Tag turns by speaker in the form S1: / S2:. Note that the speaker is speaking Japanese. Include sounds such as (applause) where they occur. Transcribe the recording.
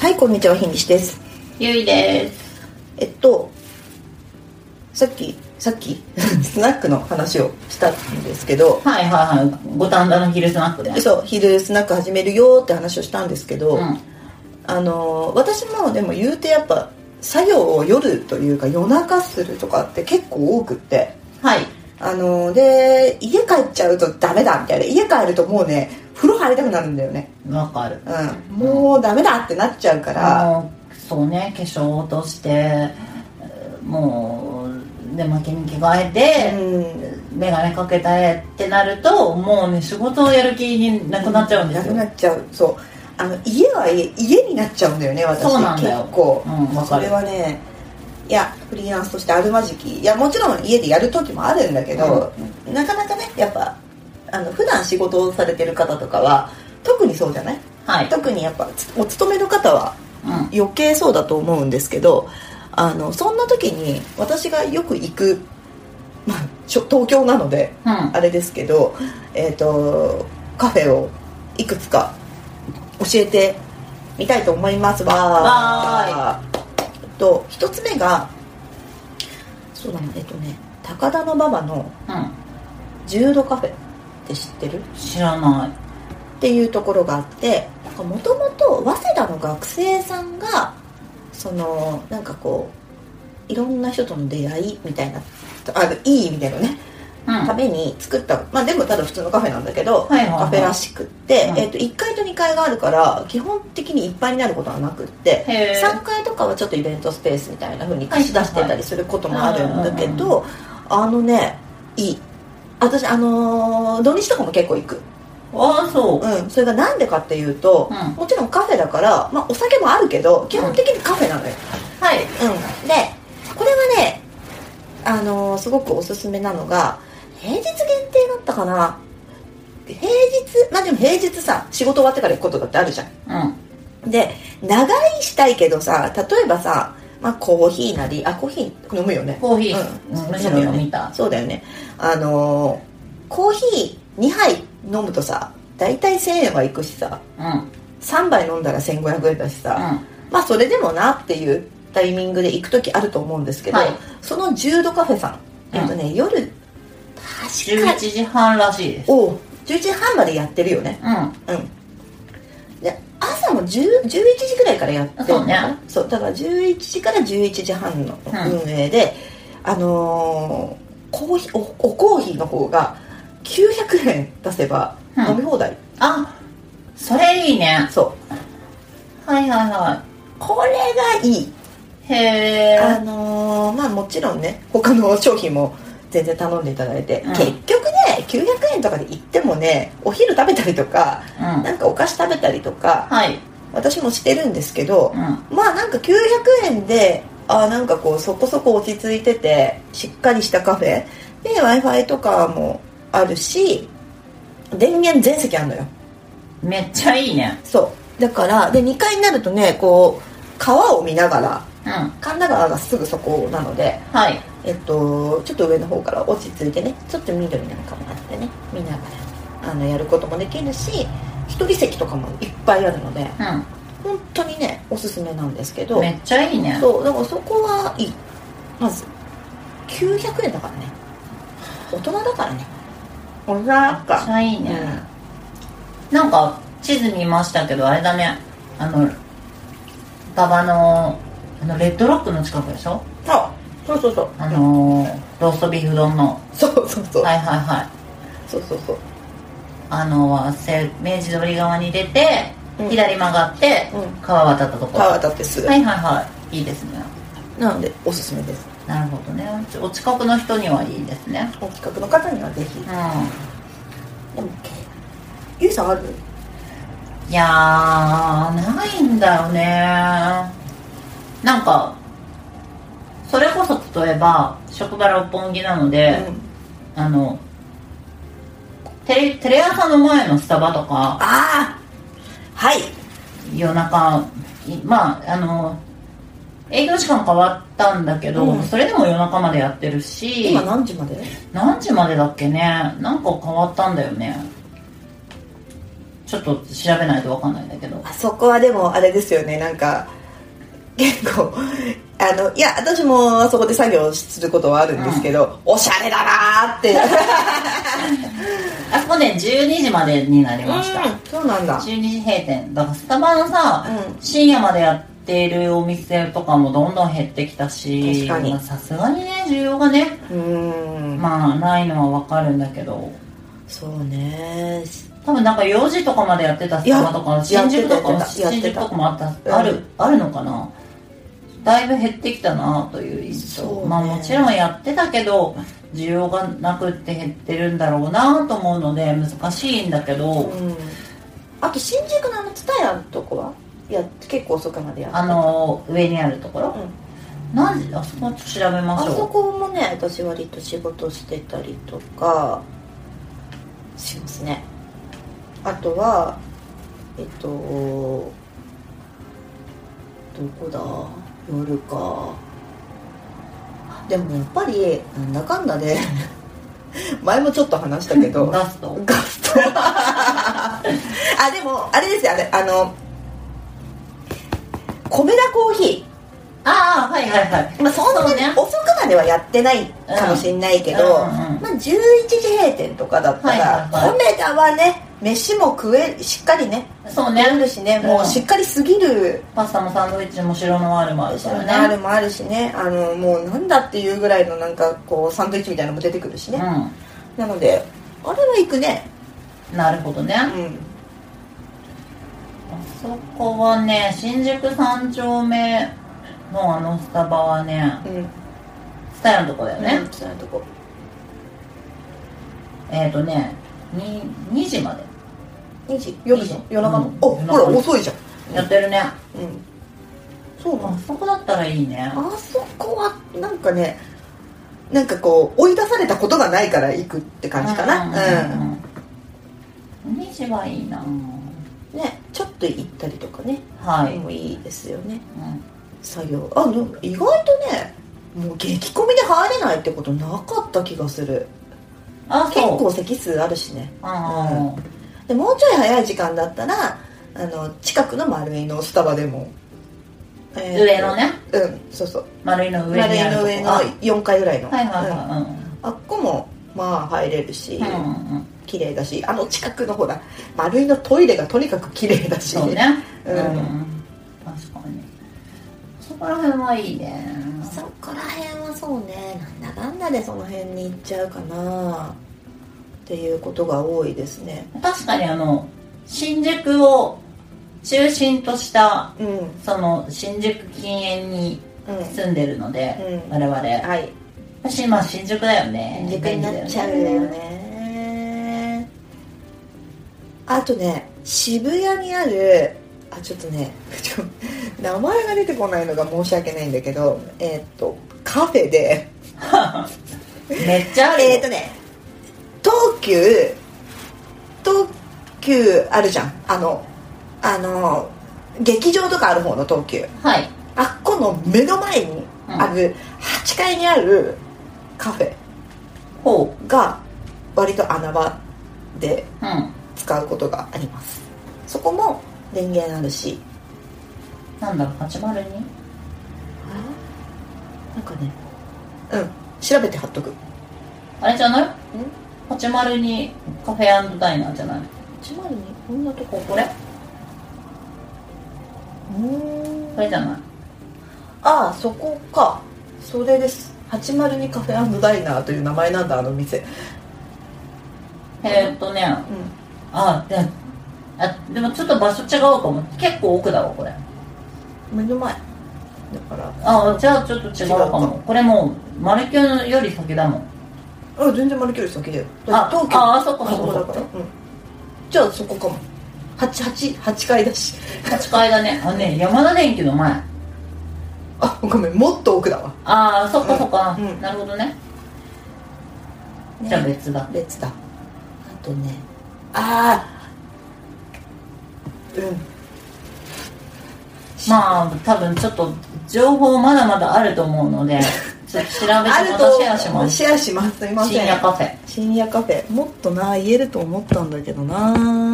S1: はいこんにちはひんぎしです
S2: ゆいです
S1: えっとさっきさっき (laughs) スナックの話をしたんですけど
S2: はいはいはい五反田の昼スナックで
S1: そう昼スナック始めるよって話をしたんですけど、
S2: うん
S1: あの私もでも言うてやっぱ作業を夜というか夜中するとかって結構多くって
S2: はい
S1: あので家帰っちゃうとダメだみたいな家帰るともうね風呂入りたくなるんだよね
S2: わかる
S1: うんもうダメだってなっちゃうから、
S2: もうそうね化粧落としてえーもう寝巻きに着替え
S1: う
S2: て、
S1: ん、
S2: 眼鏡かけたいってなるともうね仕事をやる気になくなっちゃうんですよ、
S1: なくなっちゃうそうあの家は家家になっちゃうんだよね私
S2: そうなんだよ
S1: 結構、
S2: うんわか
S1: そ
S2: る
S1: れはねいやフリーランスとしてあるまじきいやもちろん家でやる時もあるんだけど、なかなかねやっぱあの普段仕事をされてる方とかは特にそうじゃない
S2: はい、
S1: 特にやっぱつお勤めの方は
S2: うん、
S1: 余計そうだと思うんですけどあのそんな時に私がよく行く、まあ、しょ東京なので
S2: うん
S1: あれですけど、えー、とカフェをいくつか教えてみたいと思いますわ
S2: わ
S1: ーいと一つ目がそうだねえっとね高田馬場の
S2: うん
S1: 柔道カフェって知ってる
S2: 知らない
S1: っていうところがあってもともと早稲田の学生さんがそのなんかこういろんな人との出会いみたいなあのいい意味でのね
S2: うん
S1: ために作った、まあ、でもただ普通のカフェなんだけど、
S2: はいはいはい
S1: カフェらしくって、
S2: うん
S1: えっと1階と2階があるから基本的にいっぱいになることはなくって
S2: へー
S1: 3階とかはちょっとイベントスペースみたいな風に貸し出してたりすることもあるんだけど、あのねいい私あのー土日とかも結構行く、
S2: ああそう、
S1: うん、それがなんでかっていうと、
S2: うん
S1: もちろんカフェだから、まあ、お酒もあるけど基本的にカフェなのよ、
S2: はい
S1: うん、でこれはね、あのーすごくおすすめなのが平日限定だったかな平日まあでも平日さ仕事終わってから行くことだってあるじゃ
S2: うん
S1: んで長いしたいけどさ例えばさ、まあ、コーヒーなりあコーヒー飲むよね
S2: コーヒー、
S1: うん
S2: うんむしろ飲みた
S1: そうだよねあのーコーヒー2杯飲むとさ大体1000円はいくしさ
S2: うんうん
S1: 3杯飲んだら1500円だしさ、まあそれでもなっていうタイミングで行く時あると思うんですけど、
S2: はい
S1: その10度カフェさん、
S2: うん
S1: えっとね夜確か
S2: 11時半らしいです
S1: おう11時半までやってるよね
S2: う
S1: うんで朝も10 11時ぐらいからやってるのかな
S2: そうね
S1: そうだから11時から11時半の
S2: うん
S1: 運営で、あのーコーヒーおおコーヒーの方が900円出せば
S2: うん
S1: 飲み放題、
S2: んあそれいいね
S1: そう
S2: はいはいは
S1: これがいい
S2: いへえ
S1: あのーまあもちろんね他の商品も全然頼んでいただいて、
S2: うん
S1: 結局ね900円とかで行ってもねお昼食べたりとか
S2: うん
S1: なんかお菓子食べたりとか
S2: はい
S1: 私もしてるんですけど
S2: う、ん
S1: まあなんか900円であーなんかこうそこそこ落ち着いててしっかりしたカフェで w i f i とかもあるし電源全席あるのよ
S2: めっちゃいいね
S1: そうだからで2階になるとねこう川を見ながら
S2: うん
S1: 神田川がすぐそこなので
S2: はい
S1: えっと、ちょっと上の方から落ち着いてねちょっと緑なんかもあってね見ながらあのやることもできるし一人席とかもいっぱいあるので本当にねおすすめなんですけ
S2: うん
S1: ど
S2: めっちゃいいね
S1: そうだからそこはいいまず900円だからね大人だからね大人だ
S2: めっちゃいいね、なんか地図見ましたけどあれだねあの馬場のあのレッドロックの近くでしょ
S1: そうそうそう
S2: あのーローストビーフ丼の
S1: そうそうそうそう、
S2: はいはいはい
S1: そうそうそう
S2: あのせ明治通り側に出て、
S1: うん
S2: 左曲がって、
S1: うん
S2: 川渡ったとこ
S1: 川渡ってすぐ、
S2: はいはいはいいいですね
S1: なのでおすすめです
S2: なるほどねおお近くの人にはいいですね
S1: お近くの方にはぜひ、
S2: う
S1: でもゆいさんある
S2: んいやーないんだよねなんかそれこそ例えば職場六本木なので、
S1: うん
S2: あのテレテレ朝の前のスタバとか
S1: ああはい
S2: 夜中いまああの営業時間変わったんだけど、
S1: うん
S2: それでも夜中までやってるし
S1: 今何時まで
S2: 何時までだっけねなんか変わったんだよねちょっと調べないとわかんないんだけど
S1: あそこはでもあれですよねなんか結構あのいや私もあそこで作業することはあるんですけど、おしゃれだなーって
S2: あそこね12時までになりました、
S1: うんそうなんだ
S2: 12時閉店だからスタバのさ、
S1: う
S2: 深夜までやっているお店とかもどんどん減ってきたし
S1: 確かに
S2: まあさすがにね需要がね
S1: うーん
S2: まあないのはわかるんだけど
S1: そうね
S2: 多分なんか4時とかまでやってたスタバとか
S1: いや
S2: 新宿とか
S1: や
S2: も
S1: ってたやってた
S2: 新宿とかもあった、
S1: うん
S2: あるあるのかなだいぶ減ってきたなという印象、
S1: そうね
S2: まあもちろんやってたけど需要がなくって減ってるんだろうなと思うので難しいんだけど、
S1: うんあと新宿のあの蔦屋のとこはいや結構遅くまでやってた
S2: あの上にあるところ、なんであそこちょっと調べま
S1: あ
S2: しょう
S1: そこもね私割と仕事してたりとかしますねあとはえっとどこだ夜かでもやっぱりなんだかんだで (laughs) 前もちょっと話したけ
S2: (laughs)
S1: ど
S2: ガスト
S1: ガストあでもあれですよあれあの米田コーヒ
S2: ああはいはいはい
S1: ー、まあ、そんなに
S2: ね
S1: 遅くまではやってないかもしれないけど、
S2: うんうん
S1: まあ、11時閉店とかだったら、
S2: はいはいはい
S1: 米田はね飯も食えしっかりね
S2: そうね
S1: やるしね、
S2: うん
S1: もうしっかりすぎる
S2: パスタもサンドイッチも白のワールもあるか
S1: 白
S2: らね
S1: のあるもあるしねあのもうなんだっていうぐらいのなんかこうサンドイッチみたいなのも出てくるしね、なのであれは行くね
S2: うんなるほどね、
S1: うん
S2: あそこはね新宿三丁目のあのスタバはね
S1: うん
S2: スタイルのとこだよね、
S1: うんそういうとこ
S2: えっ、ー、とねに2時まで
S1: 2時夜
S2: いい
S1: じゃ
S2: ね
S1: ん夜中の、
S2: うん
S1: おほら遅いじゃん
S2: やってるね、
S1: うんそうなの
S2: あそこだったらいいね
S1: あそこはなんかねなんかこう追い出されたことがないから行くって感じかなうん、
S2: うん2時はいいな
S1: ねちょっと行ったりとかね、
S2: はい、
S1: もういいですよね
S2: うん
S1: 作業あの意外とねもう激混みで入れないってことなかった気がする
S2: あそう
S1: 結構席数あるしね
S2: あ
S1: でもうちょい早い時間だったらあの近くの丸いのスタバでも、
S2: あ
S1: えー
S2: 上のね
S1: うんそうそう
S2: 丸いの上
S1: 丸
S2: に
S1: い
S2: あると
S1: の
S2: こ
S1: 上の4階ぐらいの、
S2: あはいはい
S1: うん
S2: は
S1: あっこもまあ入れるし、
S2: いうんうんうん
S1: 綺麗だしあの近くのほら丸いのトイレがとにかく綺麗だし
S2: そうねう
S1: うんん
S2: 確かにそこら辺はいいね
S1: そこら辺はそうねなんだかんだでその辺に行っちゃうかなっていうことが多いですね
S2: 確かにあの新宿を中心とした
S1: うんうん
S2: その新宿近縁に住んでるので、
S1: うん
S2: 我々
S1: はい
S2: 私今新宿だよね
S1: 新宿になっちゃうんだよねあとね渋谷にあるあちょっとね (laughs) ちょ名前が出てこないのが申し訳ないんだけどえーっとカフェで
S2: 便利だよねめっちゃあるよ
S1: えー、とね東急東急あるじゃんあのあの劇場とかある方の東急
S2: はい
S1: あっこの目の前にある、8階にあるカフェ
S2: ほ
S1: が割と穴場で
S2: ううん
S1: 使うことがありますそこも電源あるし
S2: なんだろう802
S1: なんかねうん調べて貼っとく
S2: あれじゃない802カフェダイナーじゃない
S1: 102こんなとこ
S2: これ
S1: うん
S2: これじゃない
S1: ああそこかそれです802カフェダイナーという名前なんだあの店
S2: えー、っとね
S1: う
S2: あであでもちょっと場所違うかも結構奥だわこれ
S1: ん目の前だから
S2: あじゃあちょっと違うかも
S1: 違う
S2: これもうマルキューより先だもん
S1: あ全然丸距離先だよ
S2: あ
S1: 東京
S2: ああそっかそ
S1: そ
S2: っ
S1: こ
S2: か
S1: だから、うん、じゃあそこかも888階だし (laughs)
S2: 8階だねあね山田電機の前
S1: あごめんもっと奥だわ、
S2: ああそっかそっか、
S1: うん
S2: なるほどねじゃあ別だ
S1: 別だあとねああうん
S2: まあ多分ちょっと情報まだまだあると思うのでちょっと調べてま
S1: あ
S2: た
S1: る
S2: シェアしま
S1: と
S2: す
S1: シェアしますすいません
S2: 深夜カフェ
S1: 深夜カフェもっとな言えると思ったんだけどな